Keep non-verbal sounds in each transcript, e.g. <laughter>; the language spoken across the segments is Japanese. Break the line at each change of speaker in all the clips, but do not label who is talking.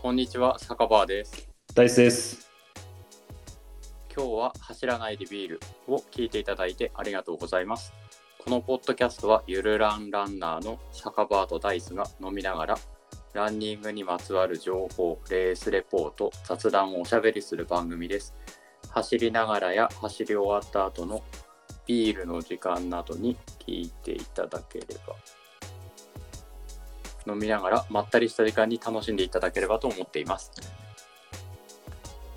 こんにちは、酒場です。
大地です。
今日は走らないでビールを聞いていただいてありがとうございます。このポッドキャストはゆるランランナーの酒場とダイスが飲みながらランニングにまつわる情報、レースレポート、雑談をおしゃべりする番組です。走りながらや走り終わった後のビールの時間などに聞いていただければ飲みながらまったりした時間に楽しんでいただければと思っています。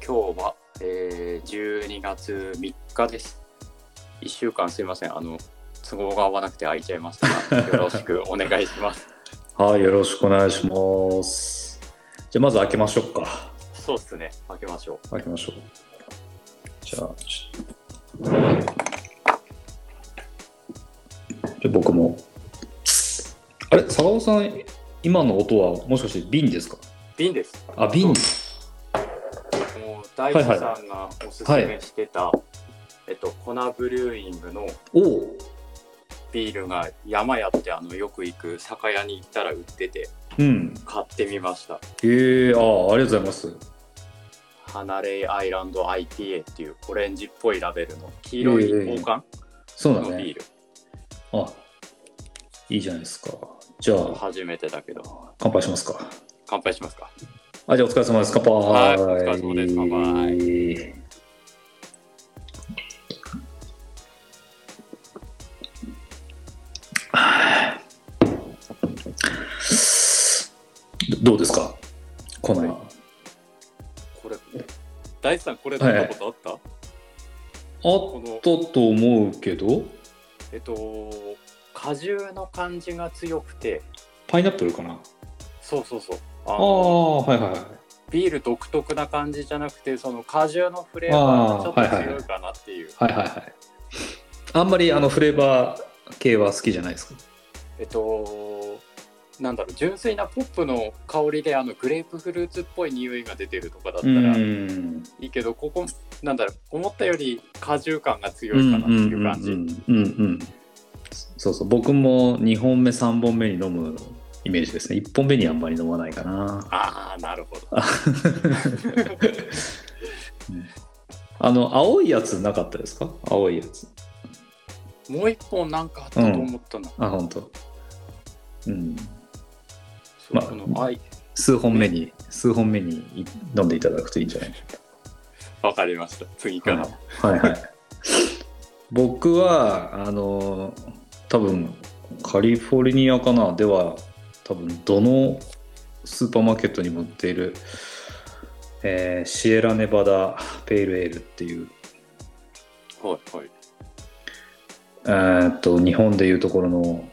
今日は、えー12月3日です。1週間すいません。あの、都合が合わなくて空いちゃいましたが、
<laughs>
よろしくお願いします。
はい、よろしくお願いします。じゃあ、まず開けましょうか。
そうっすね。開けましょ
開けましょう。じゃあ、ちょじゃあ僕も。あれ、坂尾さん、今の音はもしかして瓶ですか
う。瓶です。
あ、瓶。
もう大地さんがおすすめしてた、えっと、コナブリューイングの
おう。
ビールが山屋ってあのよく行く酒屋に行ったら売ってて
うん。
買ってみました
えー、ああ、ありがとうございます。
離れアイランド IPA っていうオレンジっぽいラベルの黄色い王冠
そうだ
のビール、
ね。あ、いいじゃないですか。じゃあ、
初めてだけど
乾杯しますか。
乾杯しますか
はい、じゃあお疲れ様です。乾杯。
はいお疲れ様です乾杯
どどうですかこの、
はこれ大地さんこれ飲んだことあった、
あったと思うけど、
えっと果汁の感じが強くて
パイナップルかな
そうそうそうあ
あ
の
あ、はいはいはい。
ビール独特な感じじゃなくてその果汁のフレーバーがちょっと
あーはいはい
強いかなっていう、
はいはいはい。あんまりあのフレーバー系は好きじゃないですか
えっとなんだろう純粋なポップの香りであのグレープフルーツっぽい匂いが出てるとかだった
う
らい
ん。
いけど、ここなんだろう思ったより果汁感が強
う
い
ん
かなっていう
うん
感じ、
うんうんそうそう僕も2本目3本目に飲むイメージですね1本目にあんまり飲まないかな
ああなるほど
あの青いやつなかったですか青いやつ
もう一本なんかあったと思ったな、
あ本当。うん
そうこの愛
数本目に数本目にい飲んでいただくといいんじゃない
わかりました次
か
から、
なはいはい僕はあの多分カリフォルニアかなでは多分どのスーパーマーケットにも売っている、えーシエラネバダペールエールっていう、
はいはい
えーっと日本でいうところの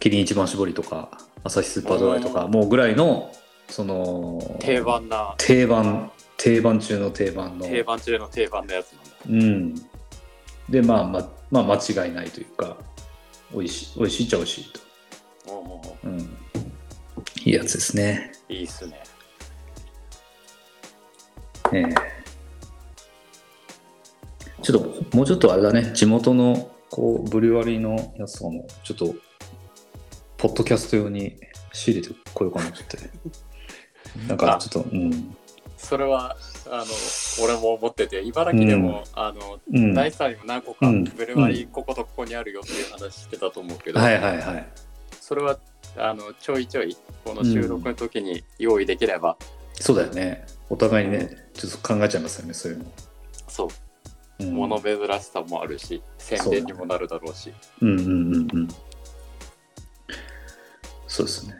キリン一番搾りとか朝日スーパードライとかもうぐらいのその
定番な
定番定番中の定番の
定番中の定番のやつなんだ
うん、でまあままあ間違いないというか美味しい美味しいっちゃ美味しいと、
おー
うん、いいやつですね
いいっすね
ええちょっともうちょっとあれだね地元のこうブリュワリーのやつとかもちょっとポッドキャスト用に仕入れてこようかなって
<laughs>
なんかちょっとうん、
それはあの俺も思ってて茨城でも、あの
うん、は
大
い
地さんにも何個か
うん
ブルワリーこことここにあるよっていう話してたと思うけど、
はいはい
それはあのちょいちょいこの収録の時に用意できれば、
そうだよねお互いにねちょっと考えちゃいますよねそういうの、
そう
うん、
物珍しさもあるし宣伝にもなるだろうし
うんうんうんうん。そうですね。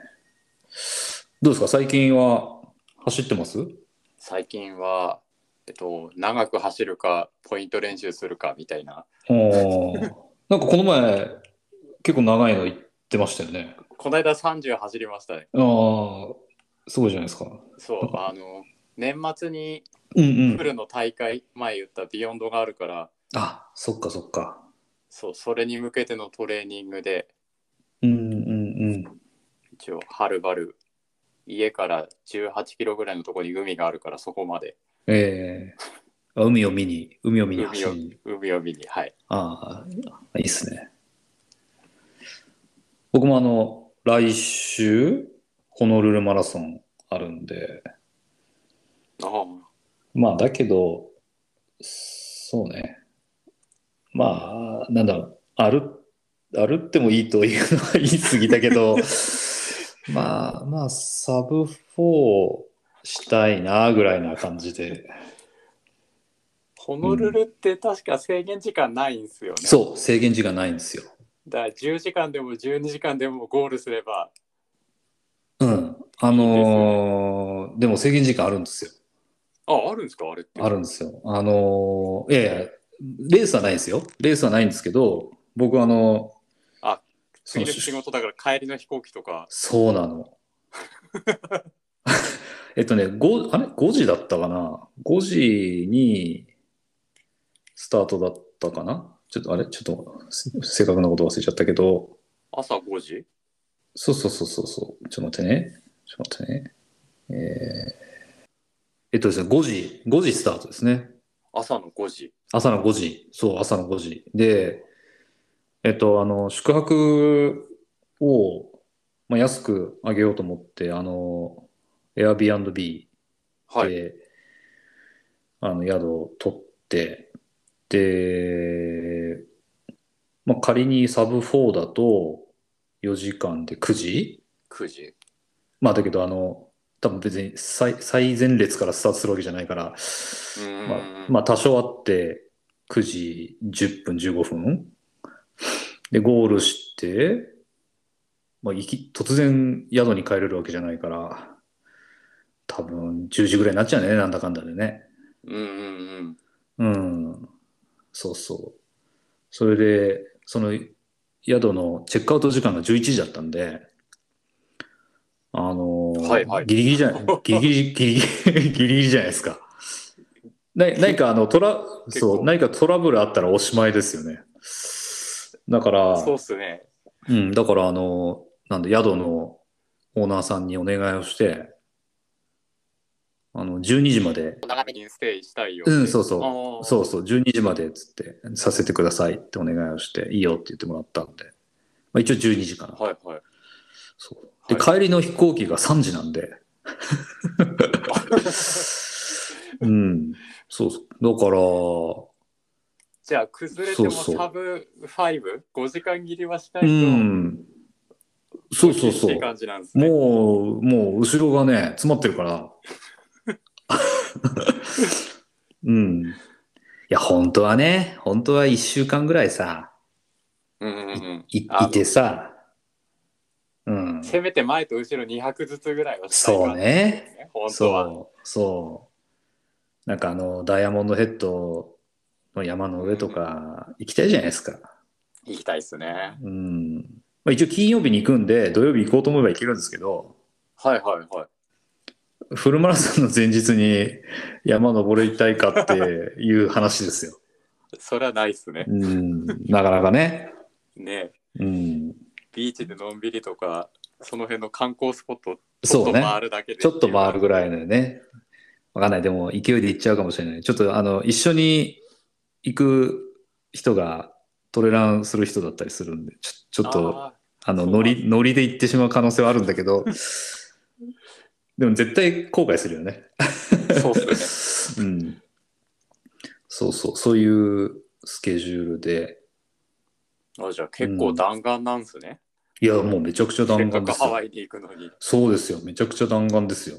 どうですか最近は走ってます
最近は、えっと、長く走るかポイント練習するかみたいな
おー <laughs> なんかこの前結構長いの行ってましたよね。
この間30走りましたね
ああ、すごいじゃないですか。
そうあの年末に
うんう
フ
ん。
ルの大会前言ったビヨンドがあるから
あ、そっかそっか。
そうそれに向けてのトレーニングで
うんうんうん。
一応はるばる家から18キロぐらいのところに海があるからそこまで
えー、あ海を見に、海を見に走りに。
海を見にはい
ああ、いいっすね。僕もあの、来週、ホノルルマラソン、あるんで、
ああ
まあだけど、そうね。まあ、なんだろう、歩、歩ってもいいというのは言い過ぎだけ <laughs> ど、まあまあ、サブ4したいなぐらいな感じで。
ホノルルって確か制限時間ないんですよね、
そう、制限時間ないんですよ。
だから10時間でも12時間でもゴールすれば
うん。あのーでも制限時間あるんですよ。
ああるんですかあれって
あるんですよ。あのーいやいや、レースはないんですよ。レースはないんですけど、僕あの
あ、
そ
次
の
の仕事だから帰りの飛行機とか
そうなの。 <laughs> えっとね、5、あれ ?5 時だったかな ?5 時にスタートだったかなちょっとあれちょっとせ正確なこと忘れちゃったけど、
朝5時
そうそうそうそうそう、ちょっと待ってね。ちょっと待ってね。えーえっとですね、5時、5時スタートですね。
朝の5時
朝の5時、そう、朝の5時。で、えっと、あの、宿泊を、まあ、安く上げようと思って、あの、Airbnb
はい、
で、あの、宿を取って、で、まあ、仮にサブ4だと、4時間で9時
9時
まあ、だけど、あの、多分別に最、最前列からスタートするわけじゃないから、
うん
まあ、まあ多少あって9時10分15分でゴールして、まあ、行き突然宿に帰れるわけじゃないから多分10時ぐらいになっちゃうねなんだかんだでね
うんうんうん
うんそうそうそれでその宿のチェックアウト時間が11時だったんであのー
はいはい
ギリギリじゃないギリギリギリギリギリギリじゃないですかな何かあのトラ
結構
そう何かトラブルあったらおしまいですよねだから
そうっすね
うん、だからあの、なんで、宿のオーナーさんにお願いをして、あの、12時まで、
長めにステイしたいよ
うん、そうそう、
ああ
そうそう、12時までっつって、させてくださいってお願いをして、いいよって言ってもらったんで、まあ、一応12時かな。
はいはい
そうで、帰りの飛行機が3時なんで、
<laughs>
うん、そうそう、だから、
じゃあ崩れても
そうそう
サブ 5?5 時間切りはしないうと、
ん、そうそうそ。
厳しいう感じなんですね
もう、もう、後ろがね、詰まってる
<laughs>
から。うん。いや、本当はね、本当は1週間ぐらいさ、
うんうんうん
い
あ
いてさ、うん。
せめて前と後ろ2拍ずつぐらいはしたい
そうね。
ね本当は
そう、そう。なんかあの、ダイヤモンドヘッドの山の上とか行きたいじゃないですか。
行きたいっすね
うん。まあ、一応金曜日に行くんで、土曜日行こうと思えば行けるんですけど、
はいはいはい
フルマラソンの前日に山登りたいかっていう話ですよ。
それはないっすね
うん、なかなかね。
ね
うん、
ビーチでのんびりとかその辺の観光スポットちょっ
そ
と
うね。
回るだけで
ちょっと回るぐらい
ね
のね。わかんない。でも勢いで行っちゃうかもしれない。ちょっとあの、一緒に行く人がトレランする人だったりするんで、ちょちょっと、あ
あ
の、
そうな
ノ
んだ
リ、ノリで行ってしまう可能性はあるんだ
<laughs>
けど、でも絶対後悔するよね。
ーそうっすね
うん。そうそう、そういうスケジュールで、
あじゃあ結構弾丸なんすね、
いや、もうめちゃくちゃ
せ
弾
っか
丸
く
です
ハ
よ
ワ。イに行くのに
そうですよ、めちゃくちゃ弾丸ですよ。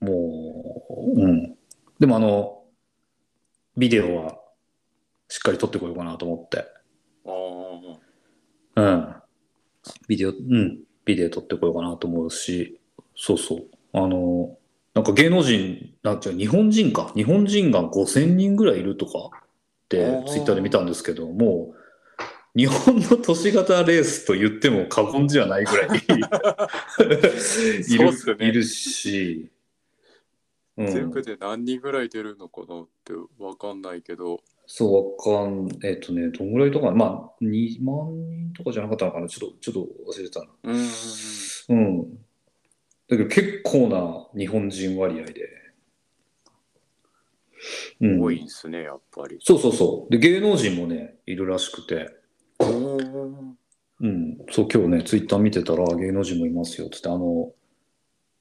もう、うん。でもあの、ビデオはしっかり撮ってこようかなと思って。
あー
うん。ビデオ、うん。ビデオ撮ってこようかなと思うし、そうそう。あの、なんか芸能人、なんていうの日本人か。日本人が5000人ぐらいいるとかって
おー
ツイッターで見たんですけど、もう、日本の都市型レースと言っても過言じゃないぐ
<laughs>
らいい
そうっす
る、
ね
いるし、う
全
ん
部、で何人ぐらい出るのかなってわかんないけど
そう、わかん、えっとね、どんぐらいとか、まあ、2万人とかじゃなかったのかな、ちょっと、ちょっと忘れてたな。
うんうんうん
うん。だけど結構な日本人割合で。うん。
多いんすねやっぱり
そうそうそう。で、芸能人もね、いるらしくて。
うん
うん。そう、今日ね、ツイッター見てたら、芸能人もいますよ。つって、あの、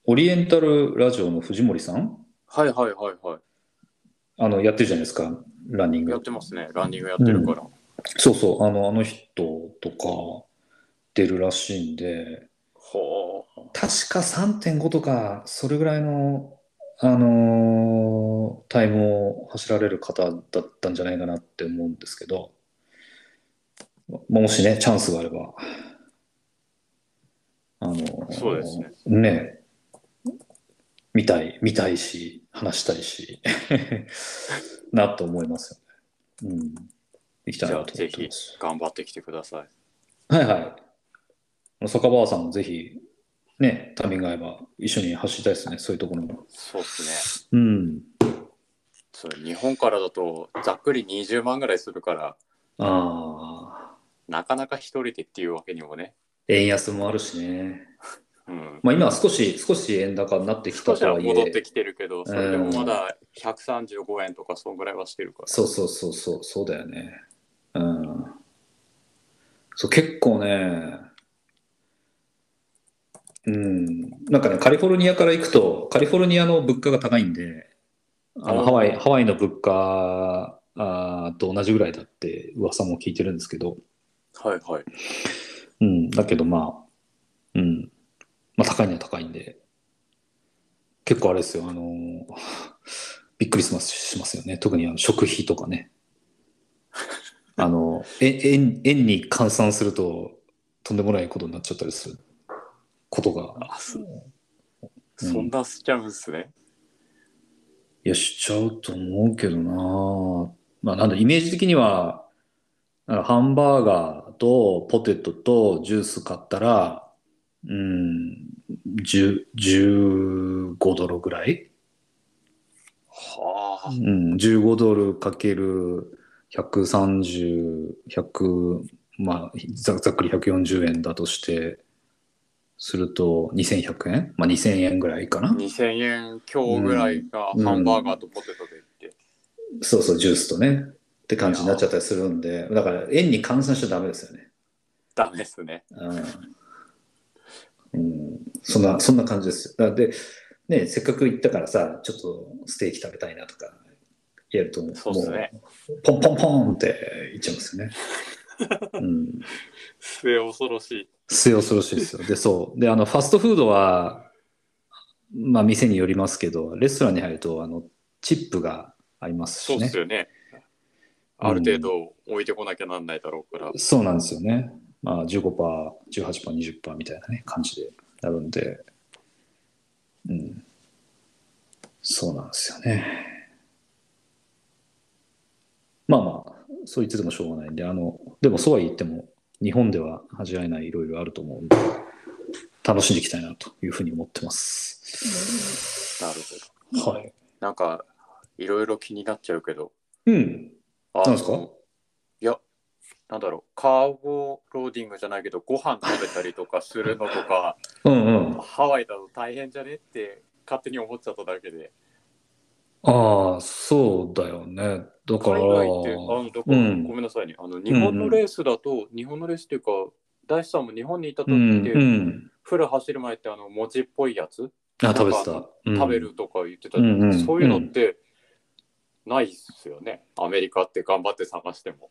オリエンタルラジオの藤森さん
はいはいはいは
あのやってるじゃないですかランニン
い。や
グ
ってますね。ランニングやってるから。
そうそうあのあの人とか出るらしいんで
ほう。
確か3.5とかそれぐらいの、あのータイムを走られる方だったんじゃないかなって思うんですけど、まもしねチャンスがあればあのー
そうですね
ね見たい見たいし話したいし <laughs> なと思いますよね。うん、行きたいなと思ってます。
頑張ってきてください。
はいはい。坂場さんもぜひ、ね、タイミング合えば一緒に走りたいですね、そういうところも。
そうですね。
うん。
そう日本からだとざっくり20万ぐらいするから
ああ、
なかなか一人でっていうわけにもね、
円安もあるしね。
うん、
まあ今は少し、少し円高になってきた
少し
と
は
はい
戻って
え、
きてるけどそれでもまだ135円とかそんぐらいはしてるから、
そうそうそうそう、そうだよね。うん。そう、結構ね、うん、なんかね、カリフォルニアから行くと、カリフォルニアの物価が高いんで、あの
あー
ハワイ、ハワイの物価あーと同じぐらいだって噂も聞いてるんですけど、
はいはい
うん、だけどまあ、うん、まあ高いには高いんで、結構あれですよ、あのーびっくりしますしますよね、特にあの食費とかね。あの、え円円に換算すると、とんでもないことになっちゃったりすることが、
あそ
うん
そんなスキャンですね、
いや、しちゃうと思うけどなまあ、なんだ、イメージ的には、あのハンバーガーとポテトとジュース買ったら、うん、10 15ドルぐらい、
はあ
うん、15ドルかける130、100、まあ、ざざっくり140円だとして、すると2100円まあ、2000円ぐらいかな
2000円強ぐらいがハンバーガーとポテトでって、
そうそう、ジュースとね。って感じになっちゃったりするんで、だから円に換算しちゃダメですよね。
ダメですね
うん。うん、そんな、そんな感じですよ。だで、ね、せっかく行ったからさ、ちょっとステーキ食べたいなとか、やるともう、
そうですね
もうポンポンポンっていっちゃいま
<laughs>
すよね。うん。
末恐ろしい
末恐ろしいですよ。で、そう。で、あの、ファストフードは、まあ、店によりますけど、レストランに入ると、あの、チップがあります
そ
し
うで
ね
す。よねある程度置いてこなきゃなんないだろうから、
そうなんですよね。まあ、15%、18%、20%みたいなね、感じでなるんで。うん。そうなんですよね。まあまあ、そう言っててもしょうがないんで、あの、でもそうは言っても、日本では味わえないいろいろあると思うんで、楽しんでいきたいなというふうに思ってます。
なるほど
はい。
なんかいろいろ気になっちゃうけど
うん。
あ
なんですか
のいや、なんだろう、カーゴローディングじゃないけど、ご飯食べたりとかするのとか、
うんうん。
ハワイだと大変じゃねって勝手に思っちゃっただけで、
ああ、そうだよね。だから、
海外って、あのだから
うん
ごめんなさいね、あの日本のレースだと、日本のレースっていうか、大地さんも日本にいた時
う
っ
ん、
て、
うん。
フル走る前ってあの餅っぽいやつ
あ、食べてた。うん
食べるとか言ってたじゃないですか、そう
うんうん
いうのってないっすよね、アメリカって頑張って探しても。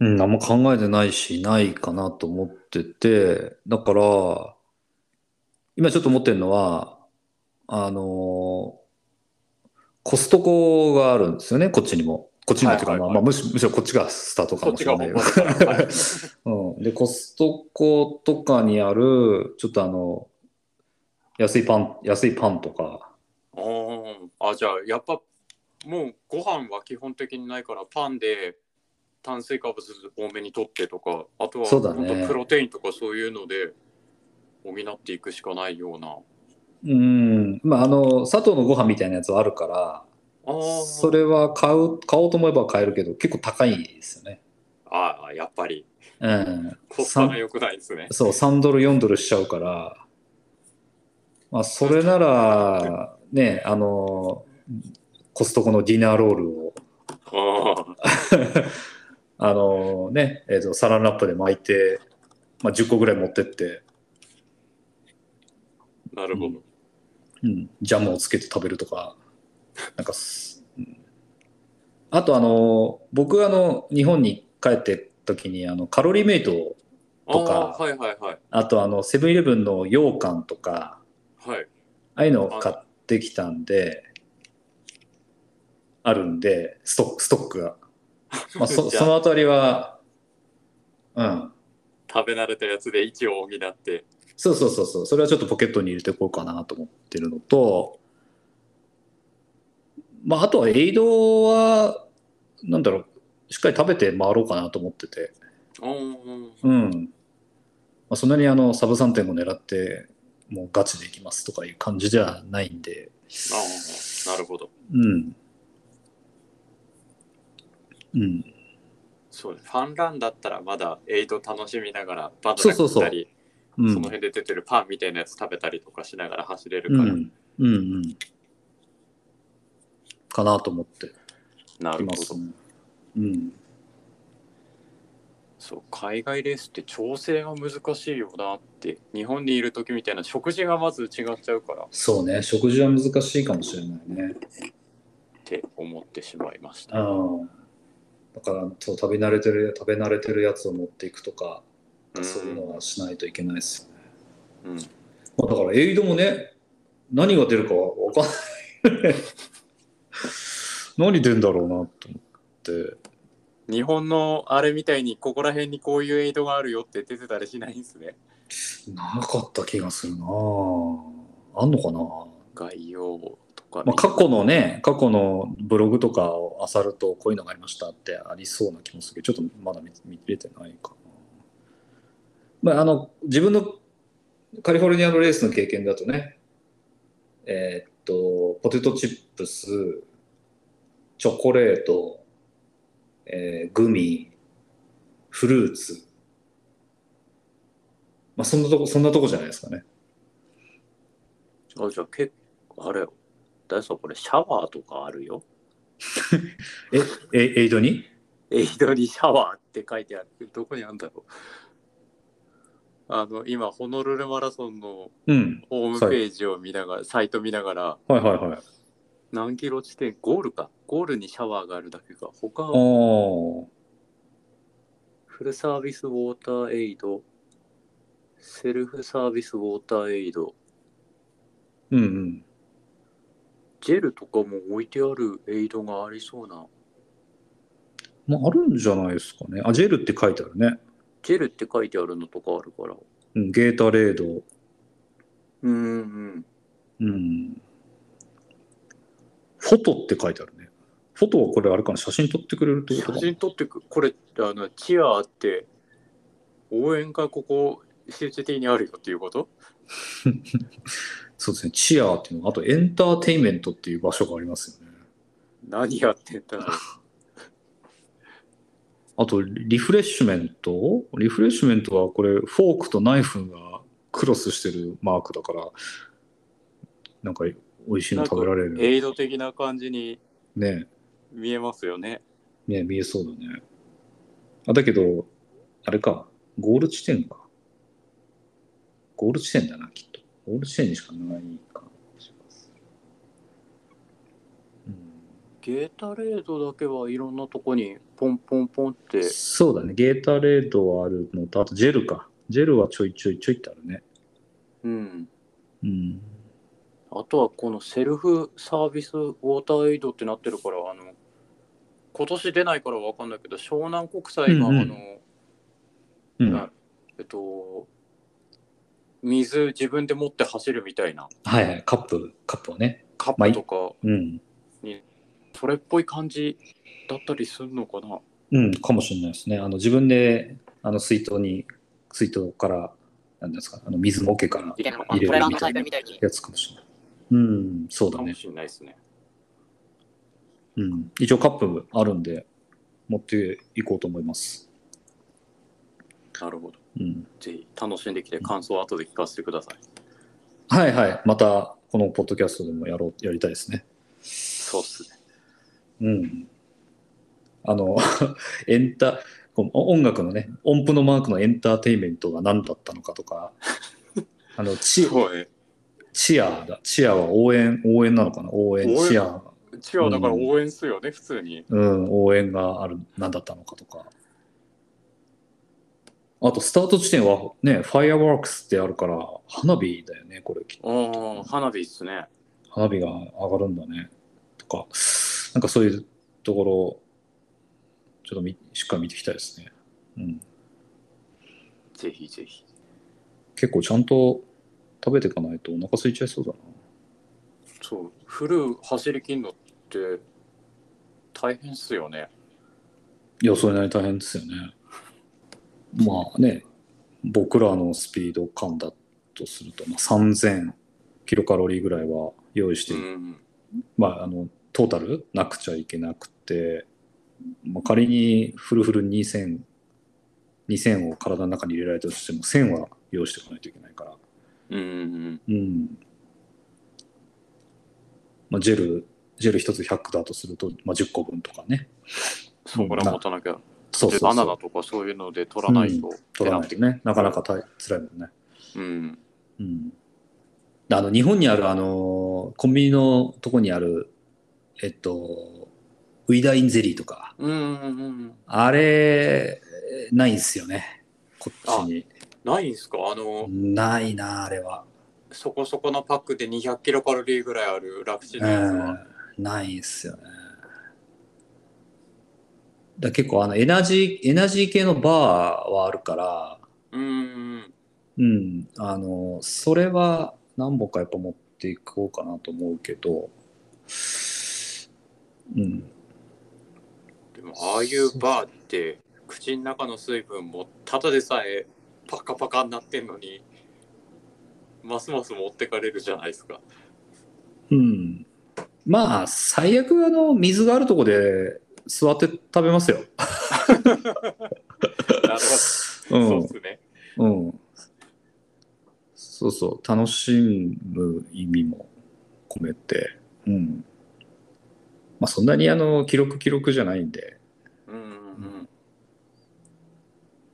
うん、あんま考えてないし、ないかなと思ってて、だから、今ちょっと思ってるのは、あのーコストコがあるんですよね、こっちにも。こっちにもっていうか、
はいはいはい
まあ、むしむしろこっちがスタートか
そっ
も
ち
しれ
が
ない
誇
け
る
ど。
から
<laughs>
はい
うん、で、コストコとかにある、ちょっとあの、安いパン、安いパンとか、
おあじゃあやっぱもうご飯は基本的にないからパンで炭水化物多めにとってとかあとは
そうだね
本当プロテインとかそういうので補っていくしかないような
うん、まあ、あの、佐藤のご飯みたいなやつはあるから、
あー
それは買う、買おうと思えば買えるけど、結構高いですよね。
あーやっぱり
うん。
コスパが
三
良くないですね
そう、3ドル、4ドルしちゃうから、まあ、それなら、ね、あの、コストコのディナーロールを、
あー
あのね、えーと、サランラップで巻いて、まあ、10個ぐらい持ってって、
なるほど。
うん、ジャムをつけて食べるとか、なんかす、うんあとあの、僕あの、日本に帰って時にあの、カロリーメイト、とか
あーはいはいはい。
あとあの、セブンイレブンの羊羹とか、
はい。
ああいうのを買ってきたんで、あるんで、ストック、スト
<laughs>
ックが。まあ、そ
じゃあ
そのあたりは、うん。
食べ慣れたやつで息を補って。
そうそうそうそう。それはちょっとポケットに入れてこうかなと思ってるのと、まあ、あとはエイドは、なんだろう、しっかり食べて回ろうかなと思ってて。
おー
うん。まあ、そんなにあの、サブ3.5狙って、もうガチでいきますとかいう感じじゃないんで、
あーなるほど。
うん。うん。
そうねファンランだったらまだエイド楽しみながらバナナ
そう
食
そう
っ
そう
たり
う
そ
ん。
の辺で出てるパンみたいなやつ食べたりとかしながら走れる
う
から、
ん。うんうん。かなと思って
なる
い
ほ
ます
ど
ね。うん。
そう海外レースって調整が難しいよなって日本にいる時みたいな食事がまず違っちゃうからっ
そうね、食事は難しいかもしれないね。
て思ってしまいました
うん。だから、そう、食べ慣れてる、食べ慣れてるやつを持っていくとか、
うん
そういうのはしないといけないですよね。
うん
まあ、だから、エイドもね、何が出るかは分かんない。 <laughs> 何出るんだろうなと思って。
日本のあれみたいにここら辺にこういうエイドがあるよって出てたりしないんですね
なかった気がするなあんのかな
概要とか、
まあ、過去のね、過去のブログとかを漁ると、こういうのがありましたってありそうな気もするけど、ちょっとまだ見見れてないかな。まあ、あの、自分のカリフォルニアのレースの経験だとね、えーっと、ポテトチップス、チョコレート、えーグミ、フルーツ、まあ、そんなとこ、そんなとこじゃないですかね。
あじゃあ結構あれよ大丈夫これシャワーとかあるよ
え、エイドに
エイドにシャワーって書いてあるどこにあるんだろうあの今ホノルルマラソンの
うん。
ホームページを見ながらサイト見ながら
はいはいはい。
何キロ地点ゴールかゴールにシャワーがあるだけか他は
おー。
フルサービスウォーターエイドセルフサービスウォーターエイド
うんうん。
ジェルとかも置いてあるエイドがありそうな
まあ、あるんじゃないですかね。あ、ジェルって書いてあるね。
ジェルって書いてあるのとかあるから
うん、ゲータレード。
うんうん
うん。フォトって書いてあるね。フォトはこれあれかな写真撮ってくれるってこと
写
か
真撮ってくこれあのチアーって応援がここ集中的にあるよっていうこと
そうですね。チアっていうのがあとエンターテインメントっていう場所がありますよね。
何やってんだろう
あと、リフレッシュメントリフレッシュメントはこれ、フォークとナイフがクロスしてるマークだから、なんか美味しいの食べられる。
エイド的な感じに
ね
見えますよね
ね見えそうだね。あ、だけど、あれか、ゴール地点か。ゴール地点だな、きっと。ゴール地点にしかないかもしれません。う
ゲータレードだけはいろんなとこにポンポンポンって
ん、そうだね、ゲータレードはあるのと、あとジェルか。ジェルはちょいちょいちょいってあるね。
うん
うん。
あとはこのセルフサービスウォーターエイドってなってるからあの今年出ないからわかんないけど湘南国際が、
うんうん
あの
うん、
あえっと水自分で持って走るみたいな
はいはい、カップ、カップをね。
カップとか
うん。
それっぽい感じだったりするのかな
うん、かもしれないですね。あの自分であの水筒に、水筒から、なんですか、あの水の桶から
入れ
入れるみたいなやつかもしれない。うん、そうだ
かも
ね。
しれないですね
うん、一応カップあるんで、持っていこうと思います。
なるほど
うん、
ぜひ楽しんできて感想を後で聞かせてください
はいはい。また、このポッドキャストでもやろう、やりたいですね。
そうっすね
うん。あの、 <laughs> エンタ、この音楽のね、音符のマークのエンターテインメントが何だったのかとか、あの、チ
そうね
チアだ。チアは応援、応援なのかな応援、
応援
チア。
チアだから応援っすよね、普通に。
うん、応援がある、何だったのかとか。あと、スタート地点はね、ファイアワークスってあるから、花火だよね、これ。
うん、花火っすね。
花火が上がるんだね。とか、なんかそういうところ、ちょっとみしっかり見ていきたいですね。うん。
ぜひぜひ。
結構ちゃんと食べていかないとお腹空いちゃいそうだな。
そう、フル走りきんのって大変っすよね。
いや、それなりに大変ですよね。まあね、僕らのスピード感だとすると、まあ、3000キロカロリーぐらいは用意して、
うん。
まあ、あの、トータルなくちゃいけなくて、まあ、仮にフルフル2000、2000を体の中に入れられたとしても、1000は用意しておかないといけないから。
うん。
うん。まあ、ジェル、ジェル1つ100だとすると、まあ、10個分とかね。
そこら持たなきゃ。
そうそう
で
そう。
バナナとかそういうので取らないと。
取らないとね、なかなか大辛いもんね。
うん。
うん。あの、日本にある、あのー、コンビニのとこにある、えっと、ウイダインゼリーとか、
うんうんうん。
あれ、ないんすよね。こっちに。
ないんすかあの、
ないな、あれは。
そこそこのパックで200キロカロリーぐらいある楽ちん
う
のやつは。
ん。ないんすよね。だ結構あのエナジー、エナジー系のバーはあるから、
うんうん。
うん、あの、それは何本かやっぱ持っていこうかなと思うけど、うん、
でも、ああいうバーって、口の中の水分もただでさえパカパカになってんのに、ますます持ってかれるじゃないです <laughs> か。
うん。まあ、最悪、あの、水があるとこで座って食べますよ。
なるほど。
う
そうっ
ん、
すね。
うん。そうそう、楽しむ意味も込めて、うん。まあ、そんなに、あの、記録記録じゃないんで、
うんうんうん。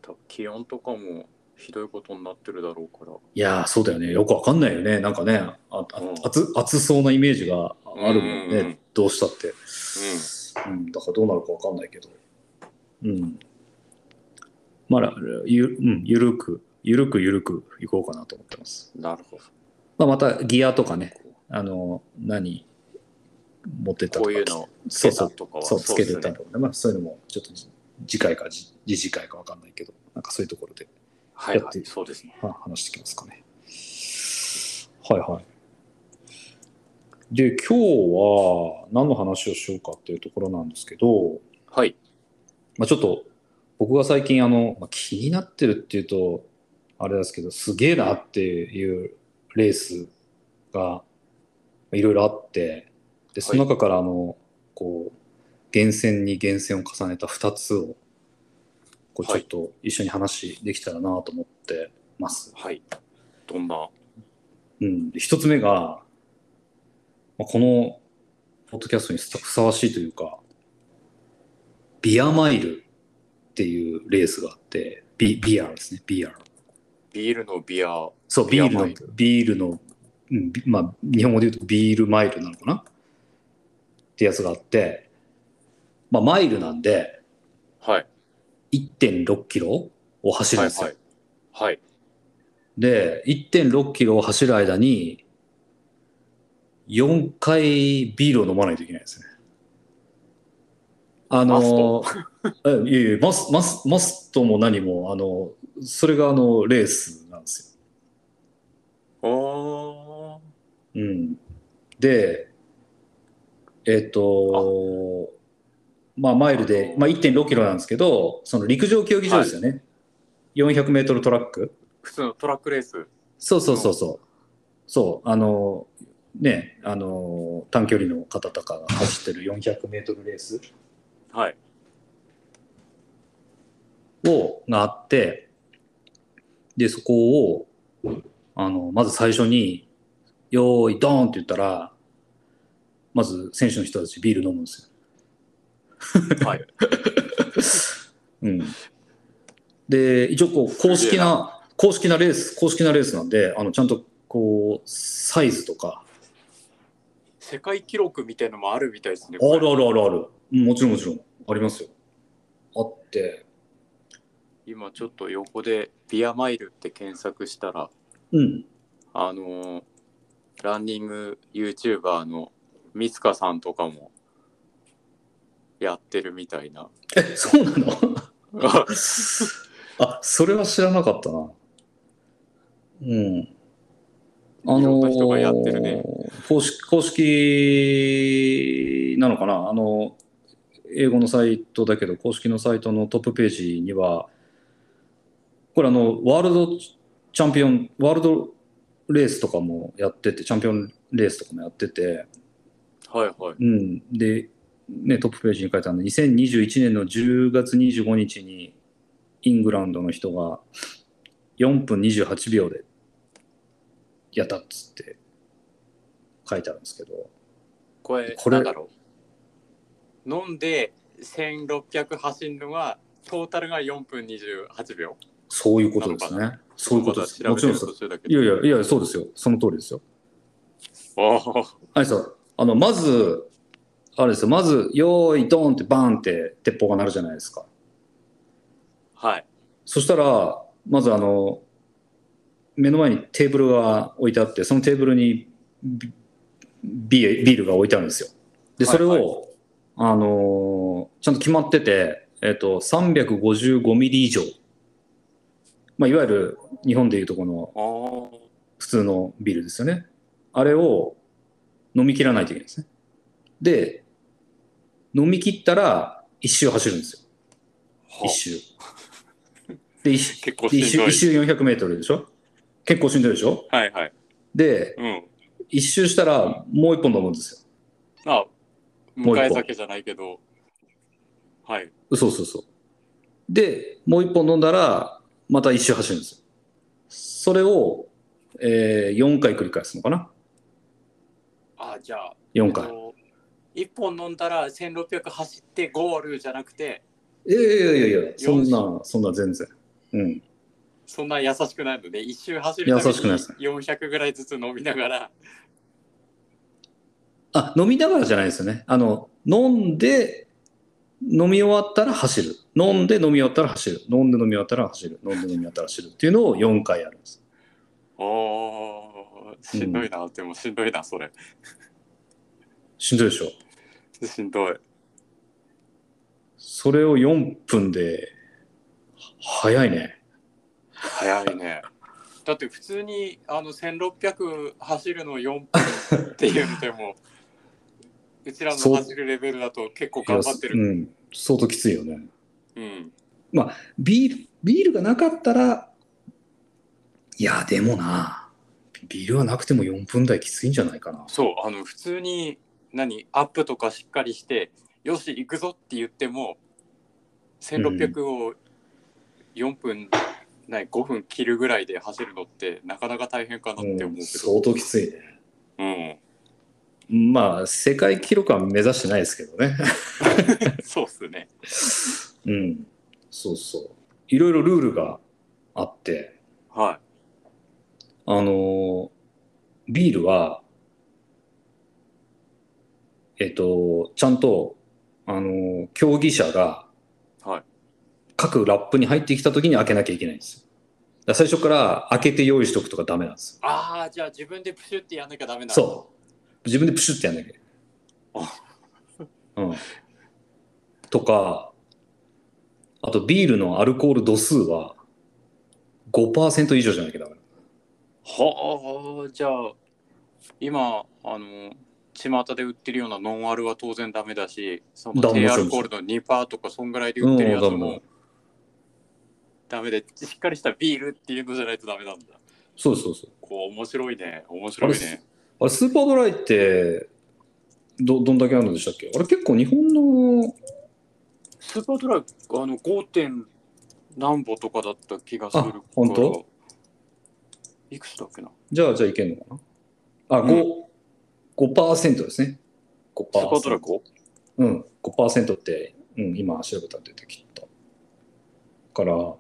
多分気温とかもひどいことになってるだろうから。
いやーそうだよね。よくわかんないよね。なんかね、ああ
うん
暑暑そうなイメージがあるもんね。
うんうん
どうしたって、うん。だからどうなるかわかんないけど。うん。まあ、ゆ,、うん、ゆるく、ゆるくゆるくいこうかなと思ってます。
なるほど。
まあ、またギアとかね、あの、何持ってったと
こ
か
ういうのをつけ
そうそ
た
う、
とかは
そう、つけてた
っ
りとかね。まあ、そういうのも、ちょっとじ次回かじ次次回かわかんないけど、なんかそういうところで。
すね
やっ
はい、
て
そうですね。
は話してきますかね。はいはい。で、今日は何の話をしようかっていうところなんですけど、
はい。
まあ、ちょっと僕が最近あの、まあ、気になってるっていうと、あれですけど、すげえなっていうレースがいろいろあって、で、その中からあの、こう、厳選に厳選を重ねた2つを、こうちょっと一緒に話できたらなと思ってます。
はい。どんな。
うん、で一つ目が、まあ、このポッドキャストにふさわしいというか、ビアマイルっていうレースがあって、ビビアですね、ビア。
ビールのビア。
そう、ビール
ビア
の
マイ、
ビールの、うんビまあ、日本語で言うとビールマイルなのかなってやつがあって、まあ、マイルなんで、
はい。
1.6キロを走るん
はい
ですよ。
はい。はい。
で、1.6キロを走る間に、4回ビールを飲まないといけないですね。あの、 <laughs> えいえいえ、マス、マス、マストも何も、あの、それがあの、レースなんです
おー。
よ。うん。で、えっ、と、まあ、マイルで、まあ、1.6キロなんですけど、その陸上競技場ですよね。400メートルトラック。
普通のトラックレース。
そうそうそうそう。そう、あの、ね、あの、短距離の方とかが走ってる400メートルレース
はい。
を、があって、で、そこを、あの、まず最初に、よーい、ドーンって言ったら、まず選手の人たちビール飲むんです
はい。
<laughs> よ。うん。で、一応こう、公式な、公式なレース、公式なレースなんで、あの、ちゃんとこうサイズとか
世界記録みたいのもあるみたいですね。
ある
こ
あ
れ
るあるあるうんもちろんもちろんありますよあって
今ちょっと横でビアマイルって検索したら、
うん
あのーランニング YouTuber のミツカさんとかもやってるみたいな。 <laughs>
えそうなの
あ
<laughs> あそれは知らなかったなうん
いろんな人がやってるね。
公式公式なのかなあの英語のサイトだけど公式のサイトのトップページにはこれあのワールドチャンピオンワールドレースとかもやっててチャンピオンレースとかもやってて、
はいはい。
うん、で、ね、トップページに書いてあるの2021年の10月25日にイングランドの人が4分28秒でやったっつって書いてあるんですけど。
これ、
これ
なんだろう。飲んで1600走るのが、トータルが4分28秒。
そういうことです
な
ね。そういうことです。
まだ
もち
調
ろ
べて
んそ
る
う
途。中だけ
い
ど。
やいや、いや、そうですよ。その通りですよ。
ああ、
あれですよ。あの、まず、あれですよ。まず、よーい、ドーンってバーンって鉄砲が鳴るじゃないですか。
はい。
そしたら、まずあの、目の前にテーブルが置いてあって、そのテーブルにビビビールが置いてあるんですよ。で、それを、
はい
あのーちゃんと決まってて、えっ、と、355ミリ以上。まあ、いわゆる日本でいうとこの
ああ。
普通のビールですよね。あれを飲み切らないといけないんですね。で、飲み切ったら一周走るんですよ。一周。で、一周
結構し
一
んど
周
い
一。周400メートルでしょ結構しんどいでしょ
はいはい。
で、
うん。
一周したらもう一本飲むんですよ。
あ、
もう一個
迎え酒じゃないけど。はい。
そうそうそう。で、もう一本飲んだら、また一周走るんですよ。それを、えー、4回繰り返すのかな
あ、じゃあ、
?4 回。
1本飲んだら1600走ってゴールじゃなくて、
いやいやいやいや、そんな、そんな全然。うん。
そんな優しくないので、一周走るため
優
に
しくないですね
400ぐらいずつ飲みながら、
あ、飲みながらじゃないですよね。あの、飲んで、飲み終わったら走る。飲んで飲み終わったら走る。飲んで飲み終わったら走る。飲んで飲み終わったら走るっていうのを4回やるんです。
おー、しんどいな、でもしんどいな、それ。
しんどいでしょ。
しんどい。
それを4分で、早いね。
早いね。だって普通にあの1600走るの4分っていうのでも、うちらの走るレベルだと結構頑張って
い
る。
やうん。相当きついよね。
うん。
ビール、ビールがなかったら、いや、でもな、ビールはなくても4分台きついんじゃないかな。
そう、あの、普通に、何、アップとかしっかりして、よし、行くぞって言っても、1600を4分、ない、5分切るぐらいで走るのって、なかなか大変かなって思う
うん
け
相当きついね。
ど。うん。
まあ、世界記録は目指してないですけどね。 <laughs>
そうっすね。
うん、そうそう。いろいろルールがあって、
は
あのービールは、えっと、ちゃんと、あのー競技者が、
はい
各ラップに入ってきた時に開けなきゃいけないんですよ。だから最初から開けて用意しとくとかダメなんです
い。ああ、じゃあ自分でプシュってやんなきゃダメ
よ。
なう。
そう。自分でプシュってやんなきゃいけない。うん。とか、あとビールのアルコール度数は5%以上じゃなきゃダメ。
はあ、じゃあ、今、あの、巷で売ってるようなノンアルは当然ダメだし、その
ダメ
低
も
ア
ちろん
ルコールの2%とか、そんぐらいで売ってるやつ
うんダメ
も、ダメで、しっかりしたビールっていうのじゃないとダメなんだ。
そうそうそう。
こう、面白いね。面白いね。
あれ、スーパードライって、ど、どんだけあるのでしたっけあれ、結構日本の、
スーパードライ、あの、5. 点何歩とかだった気がするから
あ本当
いくつだっけな
じゃあ、じゃあいけんのかなあ、
うん
5、5%ですね。5%。
スーパードライ 5?
うん、5%って、うん、今調べたら出てきた。から、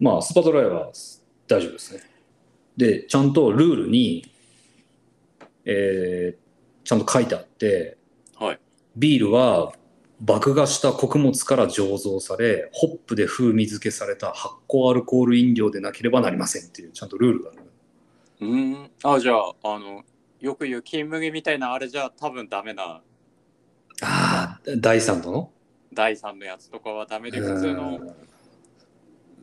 まあ、スーパードライは大丈夫ですね。でちゃんとルールに、えーちゃんと書いてあって
はい。
ビールは麦芽した穀物から醸造されホップで風味付けされた発酵アルコール飲料でなければなりませんっていうちゃんとルールがある
うーん。あ、じゃあ、あの、よく言う金麦みたいなあれじゃ多分ダメな
ああ第3度の
第三のやつとかはダメで、普通の、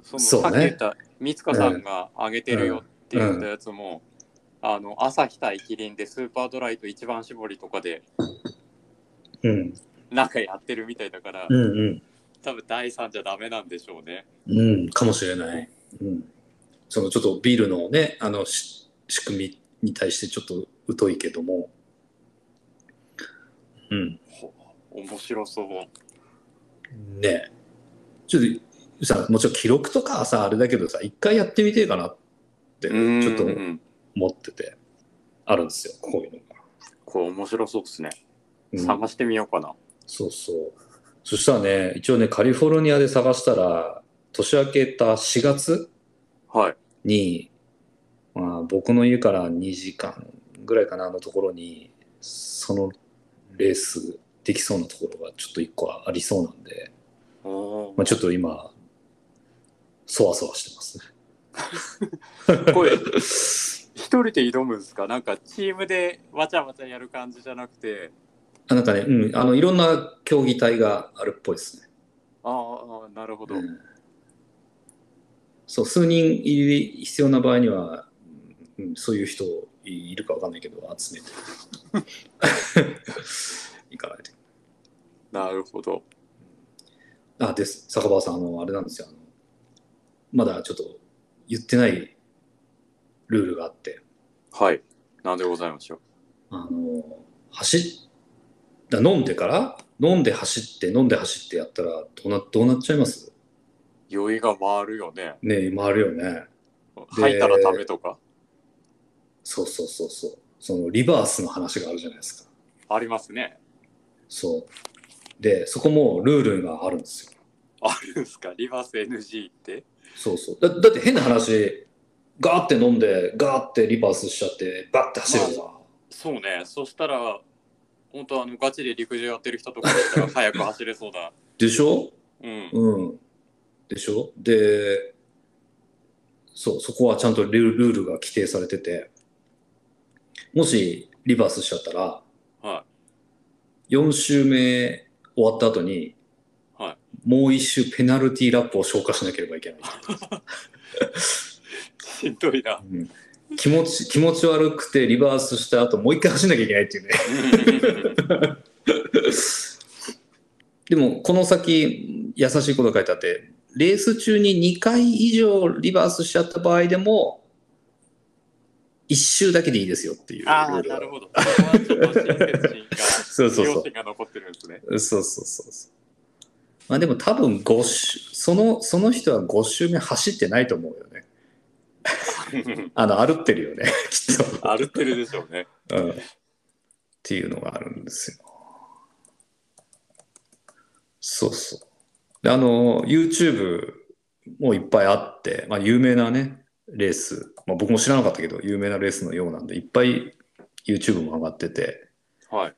その
そう
さ
ね
っき言った三塚さんが上げてるよって言ったやつも、あの、朝日対キリンでスーパードライと一番搾りとかで
うん
なんかやってるみたいだから、
うんうん
多分第三じゃダメなんでしょうね。
うん、かもしれない。うん、そのちょっとビールのね、あのし仕組みに対してちょっと疎いけども。うん。
ほ面白そう。
ねえちょっとさ、もちろん記録とかはさ、あれだけどさ、一回やってみてえかなって、ちょっと
うん
思ってて、あるんですよ、こういうのが。
これ面白そうですね。
うん
探してみようかな。
そうそう。そしたらね、一応ね、カリフォルニアで探したら、年明けた4月 <laughs>
はい。
に、まあ、僕の家から2時間ぐらいかなのところにそのレースできそうなところがちょっと1個ありそうなんで、
お
まあ、ちょっと今そわそわしてますね。
ーこれ、一人で挑むんですかなんかチームでわちゃわちゃやる感じじゃなくて、
あなんかね、うん、あのいろんな競技体があるっぽいですね。
あーあー、なるほど。
うんそう数人入り必要な場合には、うんうんそういう人いるかわかんないけど集め <laughs> て行かないと。
なるほど。
あ、です。坂場さん、あの、あれなんですよ。あのまだちょっと言ってないルールがあって、
はい。なんでございましょう。
あの、走っ、だ飲んでから、飲んで走って、飲んで走ってやったら、どうな、どうなっちゃいます
酔いが回るよね。
ねえ回るよね。
吐いたらダメとか
そうそうそうそう。そのリバースの話があるじゃないですか。
ありますね。
そう。で、そこもルールがあるんですよ。
あるんですかリバース NG って。
そうそう。だだって変な話、ガーって飲んで、ガーってリバースしちゃって、バッて走るじゃん。
そうね。そしたら、本当あのガチで陸上やってる人とかだったら早く走れそうだ。
でしょ
うん。
うん。でしょで、そう、そこはちゃんとルールルールが規定されてて、もしリバースしちゃったら、
は
4周目終わった後に、
は
もう1周ペナルティーラップを消化しなければいけない。
い。しんどいな。
うん気持ち、気持ち悪くてリバースした後、もう一回走んなきゃいけないっていうね。でも、この先、優しいことが書いてあって、レース中に2回以上リバースしちゃった場合でも、1周だけでいいですよっていうル
あ
ー
あ、
ル
な
が
るほど。そこはちょっと親切心が、
そうそう
両
そ
親が残ってるんですね。
う。そうそうそうそう。まあでも多分5周、その、その人は5周目走ってないと思うよね。あの、歩ってるよね、 <laughs> きっ
<laughs>
と。
歩ってるでしょうね。
うんっていうのがあるんですよ。そうそう。であの、YouTube もいっぱいあって、まあ、有名なね、レース、まあ、僕も知らなかったけど、有名なレースのようなんで、いっぱい YouTube も上がってて、
はい。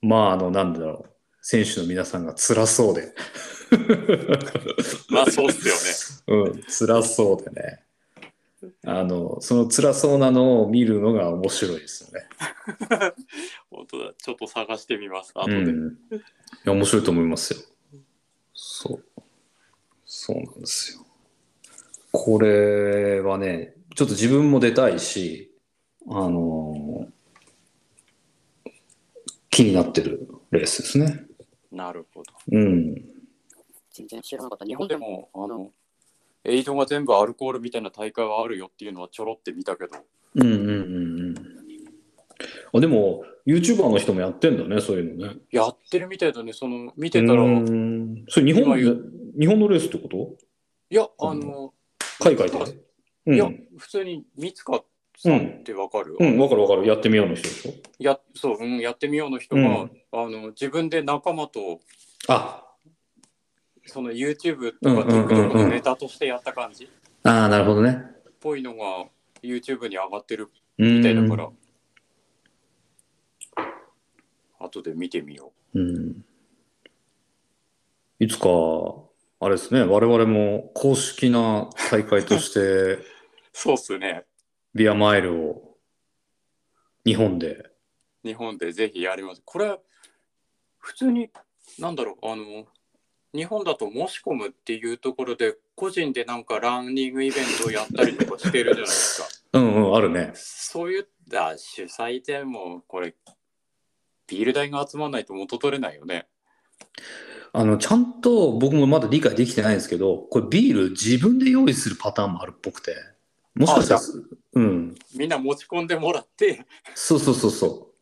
まあ、あの、なんだろう、選手の皆さんが辛そうで、
まあそうっす
<laughs> うん、辛そうでね。あの、その辛そうなのを見るのが面白いですよね。
よね。 <laughs> 本当だ。ちょっと探してみます。後で。
うん、いや面白いと思いますよそうそうなんですよこれはねちょっと自分も出たいしあのー気になってるレースですね
なるほど。
うん
全然知らなかった。
日
日
本
本
で
でも
も、あの、エイドが全部アルコールみたいな大会はあるよっていうのはちょろって見たけど、
うんうんうんうんあでも YouTuber の人もやってんだねそういうのね
やってるみたいだね。その、見てたら、
う
い
んそれ日本
今
日本のレースってこと
や、あの、
海外で、うん、
いや、普通に三塚さんってわかる、
うんわかるわかるやってみようの人でしょ
やそう、うん、やってみようの人が、
うん
あの自分で仲間と
あ
その YouTube
うん
と
う
か
んうんうん
TikTok のネタとしてやった感じっ
ああ、なるほどね。
ぽいのが YouTube に上がってる
うん
みたいだから、後で見てみよ
うん。いつか、あれですね、我々も公式な大会と
<laughs>
して、
う。そうっすね。
ビアマイルを日本で。
日本でぜひやります。これ、普通に、なんだろう、あの、日本だと申し込むっていうところで、個人でなんかランニングイベントをやったりとかしてるじゃないです <laughs> か。
うんうん、あるね。
そういった主催でも、これ、ビール代が集まらないと元取れないよね。
あの、ちゃんと僕もまだ理解できてないんですけど、これビール自分で用意するパターンもあるっぽくて。もしかしたら
あ、
うん。
みんな持ち込んでもらって、
そうそうそうそ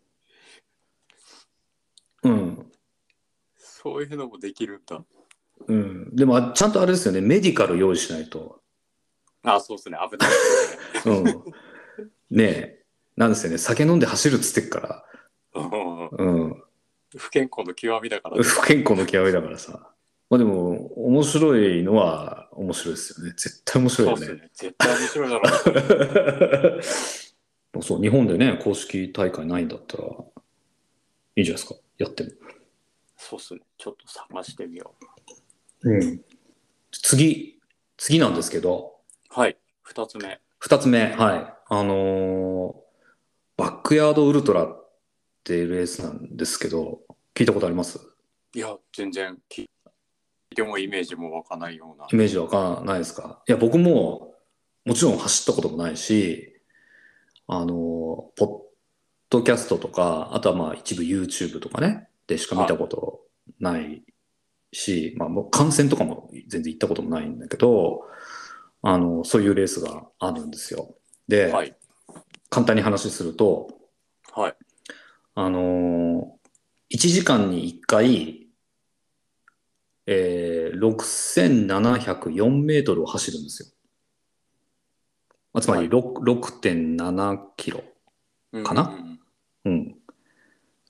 う。うん。
そういうのもできるんだ。
うん。でも、あちゃんとあれですよね、メディカル用意しないと。
あ、そうですね、危ない。
うん。ねえ。なんですよね、酒飲んで走るっつってっから。
うん
うん。
不健康の極みだからね、
不健康の極みだからさ。まあでも、面白いのは面白いですよね。絶対面白い
そうで
よ
す
ね。
ね。絶対面白いだろう。
<laughs> そう日本でね、公式大会ないんだったら、いいんじゃないですか。やっても。
そうですね。ちょっと探してみよう。
うん。次、次なんですけど、
はい。二つ目。
二つ目、はい。あのーバックヤードウルトラっていうレースなんですけど、聞いたことあります
いや、全然聞いてもイメージも湧かないような
イ。メージわかんないですかいや、僕も、もちろん走ったこともないし、あの、ポッドキャストとか、あとはまあ一部 YouTube とかね、でしか見たことないし、まあもう観戦とかも全然行ったこともないんだけど、あの、そういうレースがあるんですよ。で、
はい。
簡単に話すると、
はい。
あのー、1時間に1回、えー、6704メートルを走るんですよ。まあ、つまり6 6.7キロ。
うん
かな
うん
うん。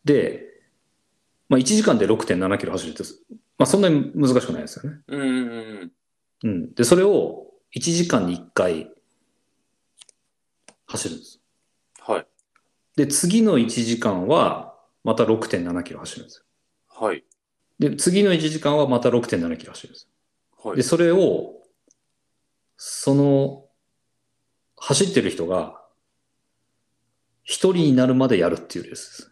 で、まあ、1時間で6.7キロ走るって、まあ、そんなに難しくないですよね。
うんうんうんうん。
うん。で、それを1時間に1回走るんです。
はい。
で、次の1時間はまた6.7キロ走るんです。
はい。
で、次の1時間はまた6.7キロ走るんです。
はい
で、。それを、その、走ってる人が、一人になるまでやるっていうレースです。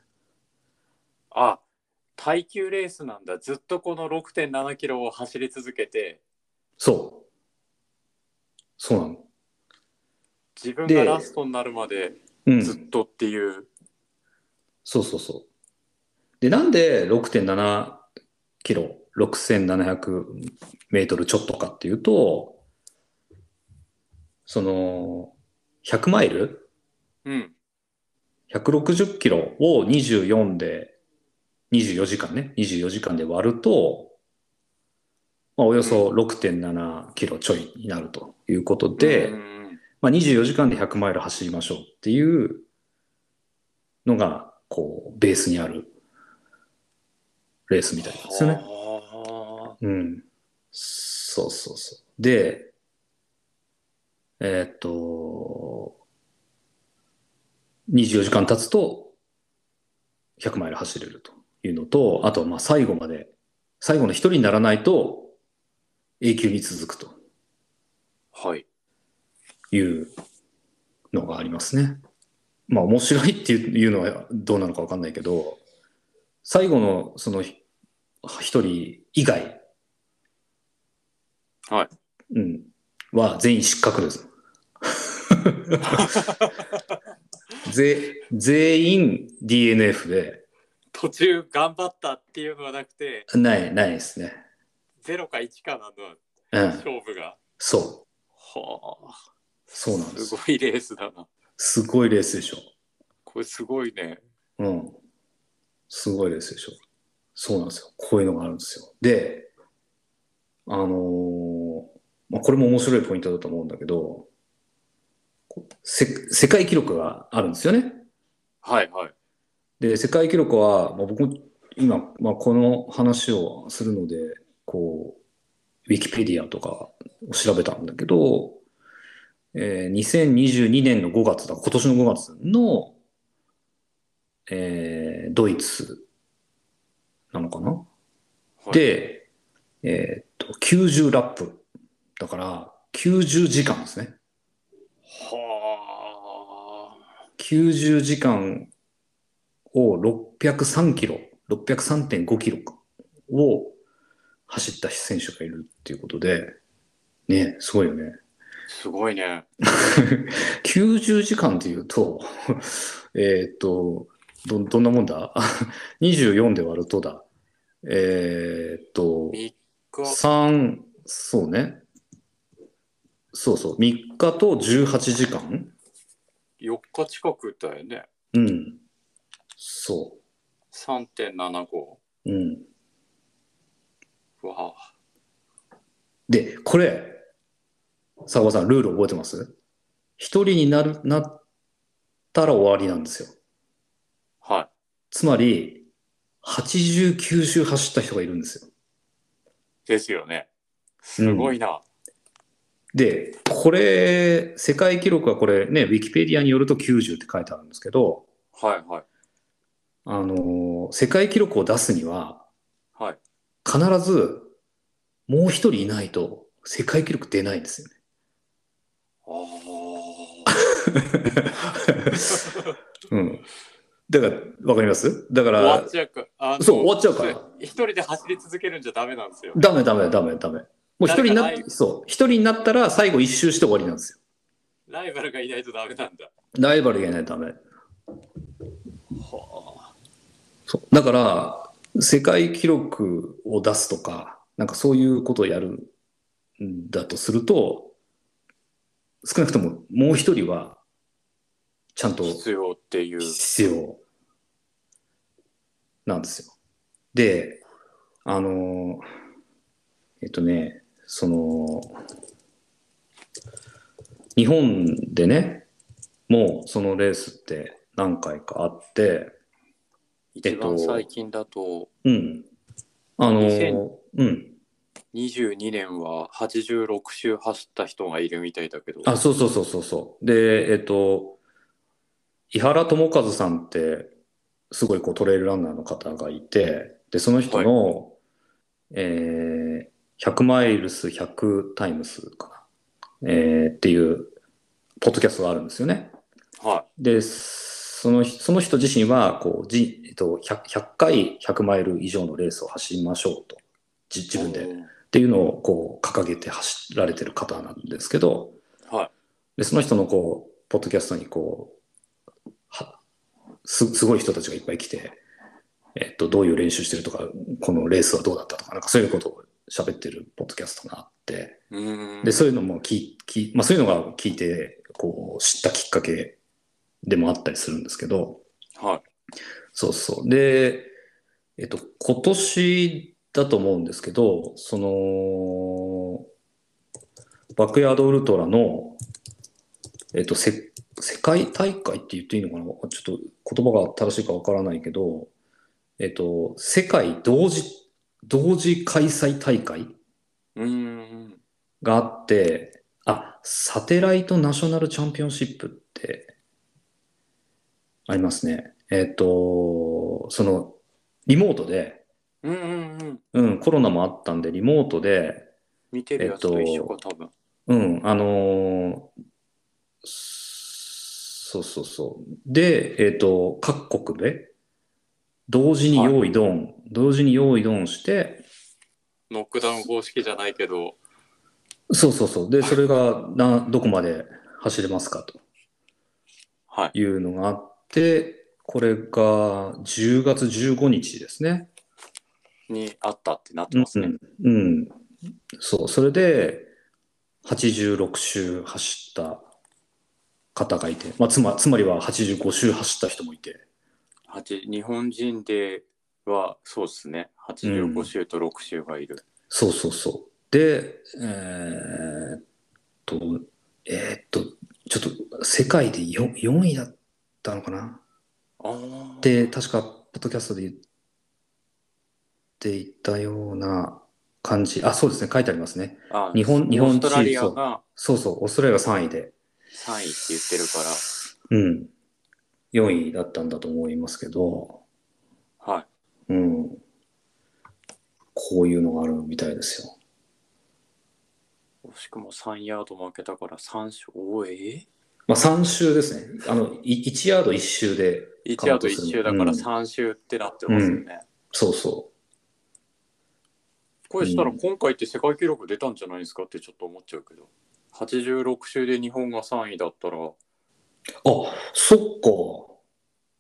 あ、耐久レースなんだ。ずっとこの6.7キロを走り続けて、
そう。そうなの。
自分
で
がラストになるまで
う
ずっ
ん。
とっていう。
そうそうそう。で、なんで6.7キロ、6700メートルちょっとかっていうと、その、100マイル
うん。
160キロを24で、24時間ね、24時間で割ると、まあ、およそ6.7キロちょいになるということで、
うんうんうん
まあ、24時間で100マイル走りましょうっていうのが、こう、ベースにあるレースみたいなんですよね。
は
うん。そうそうそう。で、えーっと、24時間経つと、100マイル走れるというのと、あとはまあ最後まで、最後の一人にならないと、永久に続くと
あはい。
いうのがありますね。まあ面白いっていうのはどうなのかわかんないけど、最後のそのひ一人以外、
はい。
うん、は全員失格
<laughs>
です。ぜ全員 DNF で、
途中頑張ったっていうのはなくて、
ない、ないですね。
0か1かなの
うん、
勝負が。
そう、
はあ。
そうなんです
す。ごいレースだな。
すごいレースでしょ。
これすごいね。
うん。すごいレースでしょ。そうなんですよ。こういうのがあるんですよ。で、あのーまあ、これも面白いポイントだと思うんだけど、こせ世界記録があるんですよね。
はいはい。
で、世界記録は、まあ、僕も今、まあ、この話をするので、こう、ウィキペディアとかを調べたんだけど、えー2022年の5月だ、今年の5月の、えードイツなのかな、
はい、
で、えーっと、90ラップ。だから、90時間ですね。
は
90時間を603キロ、603.5キロかを走った選手がいるっていうことで、ね、すごいよね。
あ、すごいね。
90時間っていうと、 <laughs> えーっと、ど、どんなもんだ <laughs> ?24 で割るとだ。えーっと、
3日、
3、そうね。そうそう、3日と18時間
4日近くだよね。
うん。そ
3.75。
う。うん。
うわあ
で、これ、坂本さん、ルール覚えてます一人になる、なったら終わりなんですよ。
は
つまり、89周走った人がいるんですよ。
い。ですよね。すごいな。
で、これ、世界記録はこれね、ウィキペディアによると90って書いてあるんですけど、
はいはい。
あのー世界記録を出すには、
はい。
必ず、もう一人いないと、世界記録出ないんですよね。
あ
うん。だから、わかりますだか
あ。終わ
ら
っ、ちゃうか。あの
そう、終わっちゃうから。
一人で走り続けるんじゃダメなんですよ。
ダメダメダメダメ。もう一人にな
なんかな
っそう、一人になったら最後一周して終わりなんですよ。
ライバルがいないとダメなんだ。
ライバルがいないとダ
は
メ。そう。だから、世界記録を出すとか、なんかそういうことをやるんだとすると、少なくとももう一人は、ちゃん
あ。
と
必要っていう。
必要なんですよ。で、あの、えっとね、その、日本でね、もうそのレースって何回かあって、
一番最近だと、
うん。あ
2000
の、うん。
22年は86周走った人がいるみたいだけど。
あ、そうそうそうそうそう。で、えっと、伊原智和さんって、すごいこうトレイルランナーの方がいて、で、その人の、えー100マイルス100タイムスかな、えーっていう、ポッドキャストがあるんですよね。
は
で、その人その人自身はこうじ、えっと100、100回100マイル以上のレースを走りましょうと、じ
い。
自分で。
うん
っていうのをこう掲げて走られてる方なんですけど、
はい
でその人のこうポッドキャストにこうはすすごい人たちがいっぱい来て、えっと、どういう練習してるとかこのレースはどうだったとかなんかそういうことを喋ってるポッドキャストがあって
うーん。
でそういうのもきき、まあ、そういうのが聞いてこう知ったきっかけでもあったりするんですけど。
はい。
そうそう。で、えっと、今年だと思うんですけど、その、バックヤードウルトラの、えっと、せ、世界大会って言っていいのかなちょっと言葉が正しいかわからないけど、えっと、世界同時、同時開催大会
うーん。
があって、あ、サテライトナショナルチャンピオンシップってありますね。えっ、と、その、リモートで、
うんうんうん。
うん、コロナもあったんで、リモートで、
見てるやつと一緒か、多分。
うん、あのーそうそうそう。で、えっ、と、各国で、同時に用意ドン、同時に用意ドンして、
ノックダウン方式じゃないけど、
そうそうそう。で、それがな、どこまで走れますかと。
はい。
いうのがあって、これが10月15日ですね。
にあったってなってますね。
うん。うんそう、それで86周走った方がいて、まあ、つまつまりは85周走った人もいて。
八日本人では、そうですね。85周と6周がいる。
そうそうそう。で、えーっと、えーっと、ちょっと世界で 4, 4位だったのかな
ああ。
で、確か、ポッドキャストで言っていたような感じ。あ、そうですね。書いてありますね。
あ
日本日本
オーストラリア
チーム
が
そうそう、オーストラリアが3位で。
3位って言ってるから、
うん。4位だったんだと思いますけど、
はい。
うん。こういうのがあるみたいですよ。
惜しくも3ヤード負けたから3勝、おえ
まあ3周ですね。あの、い1ヤード1周で、
?1 ヤード
カウントする
1周だから
うん
3周ってなってますよね。
そうそ
これしたら今回って世界記録出たんじゃないですかってちょっと思っちゃうけど。86周で日本が3位だったら、
う。あ、そっか。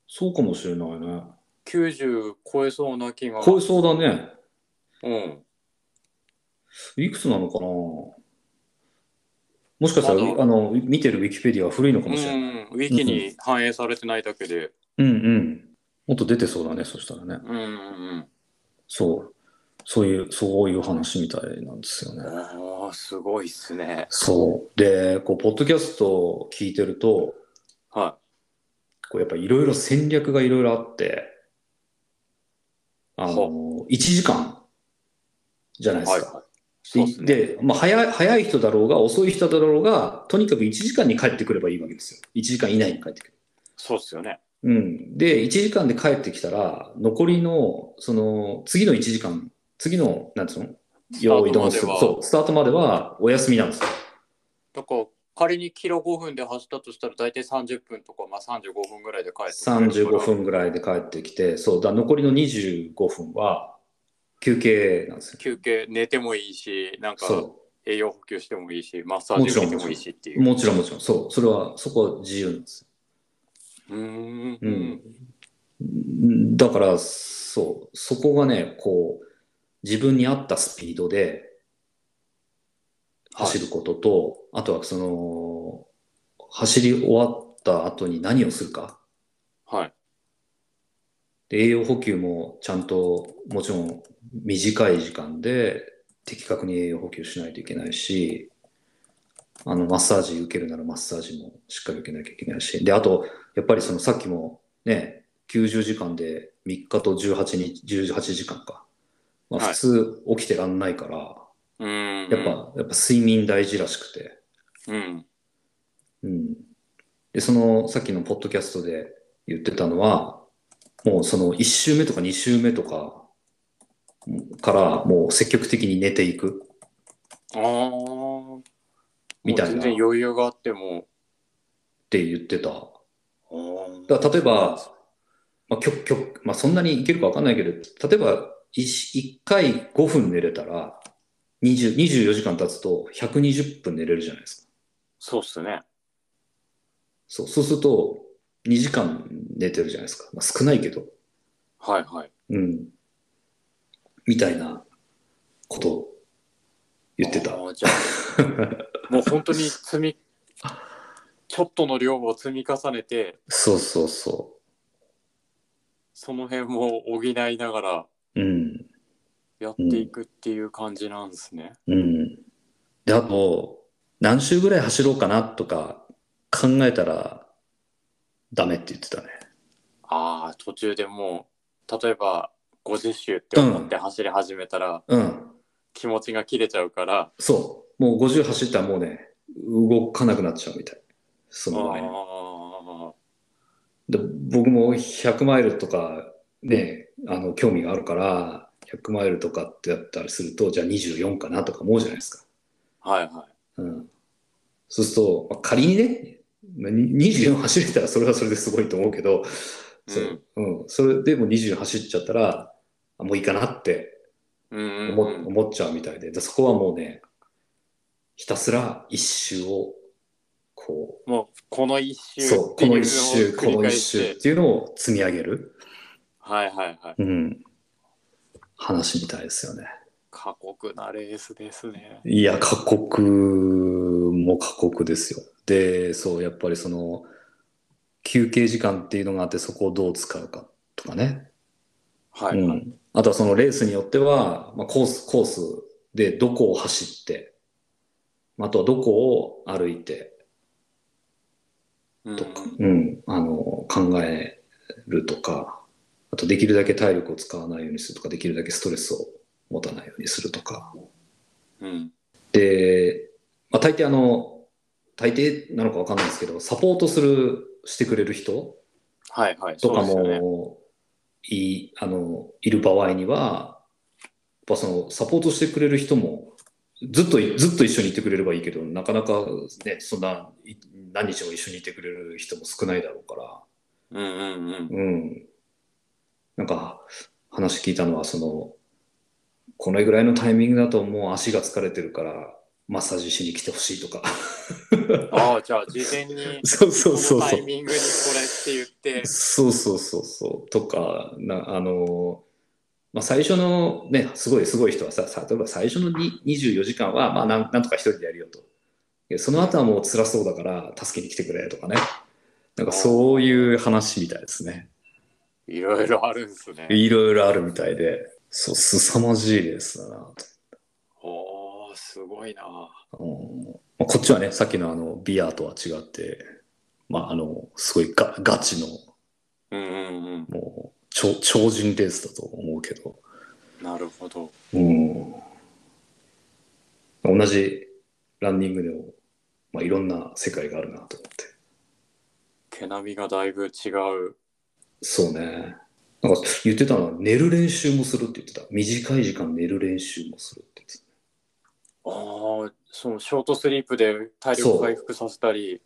そうかもしれないね。
90超えそうな気が。
超えそうだね。
うん。
いくつなのかなもしかしたら、
まだ
あの、見てるウィキペディアは古いのか
う
もしれない。
ん。ウィキに反映されてないだけで。
うんうん。もっと出てそうだね、そしたらね。
うんうん
そう。そういう、そういう話みたいなんですよ
うん。
ね。
ああ、すごいっすね。
そう。で、こう、ポッドキャストを聞いてると、
は
こう、やっぱいろいろ戦略がいろいろあって、あの、1時間じゃない
い。
です
はい
か。
はい。そうっすね。
で、まあ、早い早い人だろうが遅い人だろうがとにかく1時間に帰ってくればいいわけですよ1時間以内に帰ってくる、
そうっすよね。
うん、で1時間で帰ってきたら残りのその次の1時間次のなんつうの用意どんする
スタートまでは
そうスタートまではお休みなんですよ
だから仮にキロ5分で走ったとしたら大体30分とか、まあ、35分ぐらいで帰ってくるから
35分ぐらいで帰ってきてそうだ残りの25分は休憩なんですよ
休憩寝てもいいしなんか
そ
栄養補給してもいいしマッサージ受けてもいいしっていうう
もちろんもちろんそうそれはそこは自由なんですよ
うーん
う
うん
んだから、そう、そこがね、こう、自分に合ったスピードで
はい
走ることと、あとはその、走り終わった後に何をするか。
はい
で栄養補給もちゃんと、もちろん短い時間で的確に栄養補給しないといけないし、あの、マッサージ受けるならマッサージもしっかり受けなきゃいけないし、で、あと、やっぱりそのさっきもね、90時間で3日と18日、18時間か。まあ
はい
普通起きてらんないから、
うーん
やっぱ、やっぱ睡眠大事らしくて。
うん
うん。で、そのさっきのポッドキャストで言ってたのは、もうその1週目とか2週目とかからもう積極的に寝ていく。
ああ
みたいな
全然余裕があっても
って言ってた。
あー
だから例えば、まあ、極極まあ、そんなにいけるかわかんないけど、例えば 1, 回5分寝れたら20、24時間経つと120分寝れるじゃないですか。
そうっすね
そうそうすると2時間寝てるじゃないですか。まあ、少ないけど。
はいはい
うん。みたいなことを言ってた
あ。ーじゃ
<laughs>
あもう本当に積みちょっとの量を積み重ねて
そうそうそ
その辺も補いながら
う。うん。
やっていくっていう感じなんですね。
うん。で、あと、何周ぐらい走ろうかなとか考えたら、ダメって言ってたね。
ああ、途中でもう、例えば50周って思って走り始めたら、
うん。
気持ちが切れちゃうから、
そう。もう50走ったらもうね、動かなくなっちゃうみたい。そ
あ
の場合ね
ー
で僕も100マイルとかね、あの、興味があるから、100マイルとかってやったりすると、じゃあ24かなとか思うじゃないですか。
はいは
うんそうすると、まあ、仮にね、まあに24走れたらそれはそれですごいと思うけど、
い。
そ,、うんそれでも20走っちゃったら、あもういいかなって
うんうん
思,、
うんうん、
思っちゃうみたいでで、そこはもうね、ひたすら一周を、こ
もうこの一
う、
周
そう、
って
こ
いう
の
のを
一周、こ
繰り
の
返
一周
し、
ってていうのを積み上げる、
はいはいはい。
うん、話みたいですよね。
過酷なレースですね。
いや、過酷も過酷ですよ。で、そう、やっぱりその、休憩時間っていうのがあって、そこをどう使うかとかね。
は
う
いはい。
ん。あとはそのレースによっては、まあ、コース、コースでどこを走って、あとはどこを歩いて
うん
とか、うん、あの、考えるとか、あとできるだけ体力を使わないようにするとか、できるだけストレスを持たないようにするとか。
うん
で、まあ、大抵あの、大抵なのかわかんないですけど、サポートする、してくれる人
はいはい。
とか
そうですよね。
もい,、あのいる場合には、やっぱそのサポートしてくれる人もずっとずっと一緒にいてくれればいいけど、なかなか、ね、そんない何日も一緒にいてくれる人も少ないだろうから。
うんうんうん。
うん。なんか、話聞いたのは、その、このぐらいのタイミングだともう足が疲れてるから、マッサージしに来てほしいとか。、
ああ、じゃあ事前に
<laughs> そうそ
こ
うそう
のタ
そ
イ
う。
ミングにこれって言って、
そうそうそうそう。とか、なあの、まあ、最初のね、すごいすごい人はさ、さ例えば最初のに24時間は、まあなん、なんとか一人でやるよと。でその後はもう辛そうだから、助けに来てくれとかね。なんかそういう話みたいですね。
いろいろあるんですね。
いろいろあるみたいで、そう、凄まじいレースだなと。
おおすごいな。
うんまあ、こっちはね、さっきのあのビアとは違って、まあ、あの、すごいガガチの、
うんうんうん。
もう超、超人レースだと思うけど、
なるほど。
うん。同じランニングでも、まあ、いろんな世界があるなと思って。
毛並みがだいぶ違う。
そうね。なんか言ってたのは、寝る練習もするって言ってた。短い時間寝る練習もするって言ってた。
ああ、そう、ショートスリープで体
そ
力
う
回復させたり。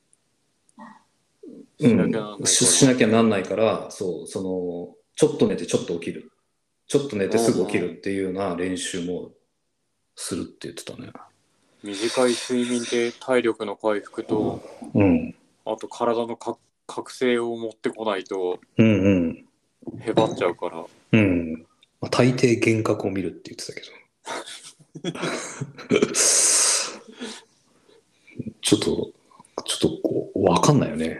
う
しなきゃなんないか
ん、
ら
ししなきゃなんないから、そう、その、ちょっと寝てちょっと起きる。ちょっと寝てすぐ起きるっていうような練習もするって言ってたね。
短い睡眠で体力の回復と、
うん。
あと体のか覚醒を持ってこないと
うんうん。
へばっちゃうから。
うん。まあ、大抵幻覚を見るって言ってたけ <laughs> ど。ちょっと、ちょっとこう、わかんないよね。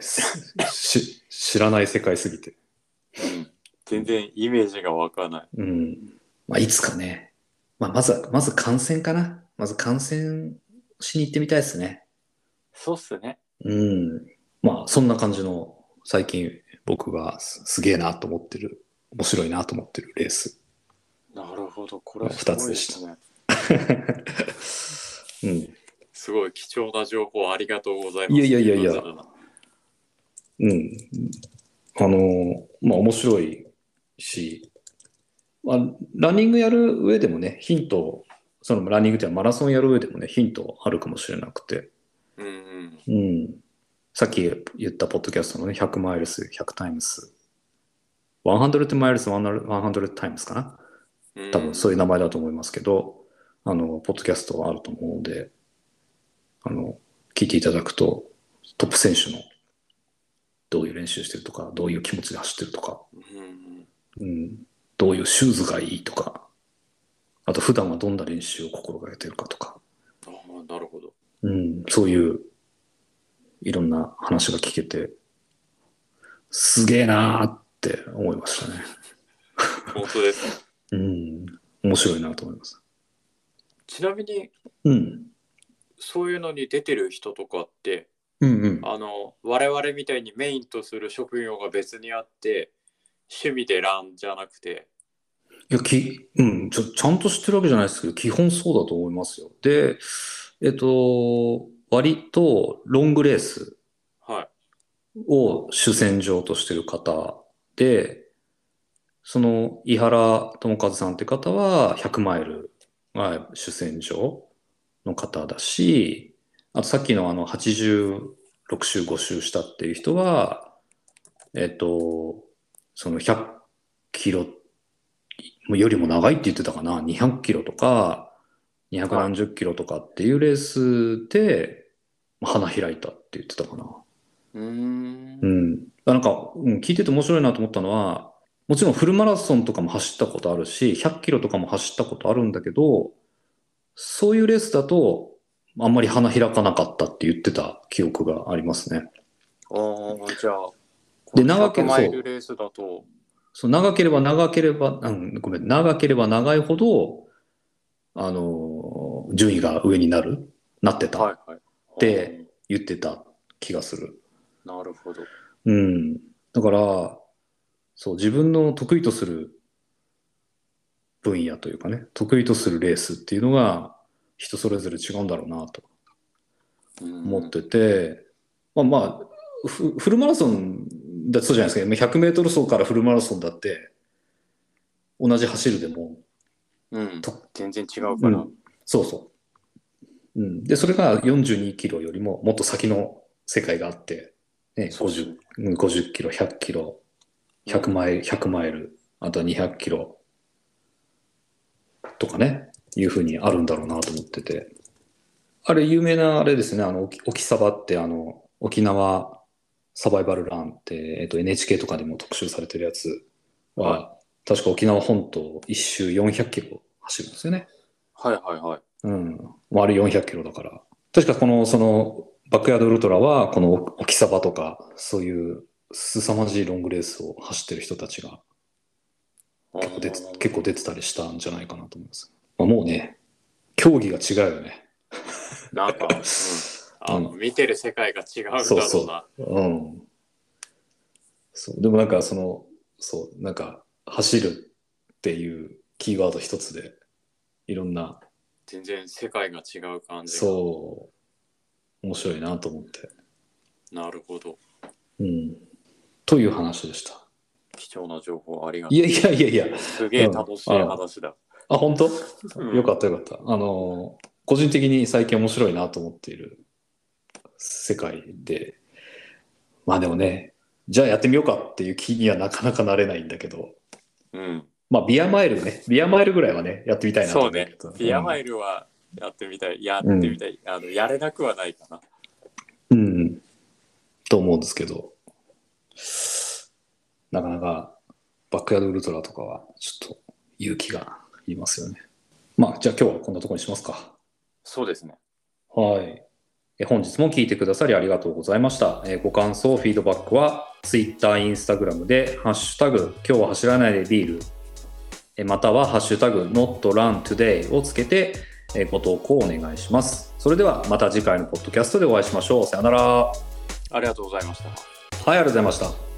し、知らない世界すぎて。
うん全然イメージが湧かない。
うん。まあ、いつかね。まあ、まずは、まず感染かな。まず感染しに行ってみたいですね。
そうっすね。
うん。まあ、そんな感じの、最近僕がすすげえなと思ってる、面白いなと思ってるレース。 <laughs>
なるほど。これはす
二つ
ごい
で
で
した
すね。
うん。
すごい貴重な情報ありがとうございます。
いやいやいやいや
わざわざ
うん。あのーまあ、面白いし、まあ、ランニングやる上でもね、ヒント、そのランニングっていうのはマラソンやる上でもね、ヒントあるかもしれなくて。
うんうん。
うん。さっき言ったポッドキャストのね、100マイルス、100タイムス、100マイルス、100タイムスかな
うん
多分そういう名前だと思いますけど、あの、ポッドキャストはあると思うので、あの、聞いていただくと、トップ選手のどういう練習してるとか、どういう気持ちで走ってるとか、
うんうん
うん、どういうシューズがいいとか、あと普段はどんな練習を心がけてるかとか、
ああ、なるほど。
うん、そういういろんな話が聞けて、すげえなーって思いましたね。
本当です。 <laughs>
うん、面白いなと思います。
ちなみに、
うん、
そういうのに出てる人とかって、
うん、うん。
あの、我々みたいにメインとする職業が別にあって、趣味でランじゃなくて、
いや、き、うん、ちょ、ちゃんと知ってるわけじゃないですけど、基本そうだと思いますよ。で、えっと、割とロングレース
はい。
を主戦場としてる方で、その、井原智和さんって方は、100マイルが主戦場の方だし、あとさっきのあの、86周、5周したっていう人は、えっと、その100キロよりも長いって言ってたかな、200キロとか、2何十キロとかっていうレースで、花開いたって言ってたかな。
うーん
う。ん。なんか、うん、聞いてて面白いなと思ったのは、もちろんフルマラソンとかも走ったことあるし、100キロとかも走ったことあるんだけど、そういうレースだと、あんまり花開かなかったって言ってた記憶がありますね。
ああ、じゃあ、
で長け
100
れば
マイルレースだと、
そう、長ければ長ければ、うん、ごめん、長ければ長いほど、あのー順位が上になる、なってた、
はいはい。
で言ってた気がする。
あー、なるほど。
うん。だから、そう、自分の得意とする分野というかね、得意とするレースっていうのが人それぞれ違うんだろうなと
持
持ってて、まあまあフフルマラソンだってそうじゃないですか 100m 走からフルマラソンだって同じ走るでも
うん
と、
全然違うから。
そうそう、うん、でそれが42キロよりももっと先の世界があって、ね、
そうそう
50, うん50キロ100キロ100マイル100マイルあとは200キロとかねいうふうにあるんだろうなと思っててあれ有名なあれですねあの沖沖サバってあの沖縄サバイバルランって、えっと、NHK とかでも特集されてるやつは確か沖縄本島一周400キロ走るんですよね。
はいはいはい。
うん。割る400キロだから。確かこの、その、バックヤードウルトラは、この沖サバとか、そういう凄まじいロングレースを走ってる人たちが結構出て
あー
結構出てたりしたんじゃないかなと思います。まあ、もうね、競技が違うよね。
なんか、う
<laughs>
ん、あの、
う
見てる世界が違うんだろうな。
そうそうん。そう。でもなんかその、そう、なんか、走るっていうキーワード一つで、いろんな、
全然世界が違う感じが。
そう、面白いなと思って。
なるほど。
うん。という話でした。
貴重な情報ありがと
いやいやいやいや、
う。すげえ楽しい話だ。
あ、本当
うん
よかったよかった。あの、個人的に最近面白いなと思っている世界で、まあでもね、じゃあやってみようかっていう気にはなかなかなれないんだけど、
うん。
まあビアマイルね、ビアマイルぐらいはね、やってみたいなと
そ
思
うね
けど。
ビアマイ
ル。
ルはやってみたい。やってみたい。あの、やれなくはないかな。
うん、うんと思うんですけど、なかなかバックヤードウルトラとかはちょっと勇気がいりますよね。まあじゃあ今日はこんなところにしますか。
そうですね。
はい。え本日も聞いてくださりありがとうございました。えーご感想、フィードバックは Twitter、Instagram で、ハッシュタグ、今日は走らないでビール、えまたはハッシュタグ、not run today をつけて、えーご投稿お願いします。それではまた次回のポッドキャストでお会いしましょう。さよなら。はい、
ありがとうございました。
ありがとうございました。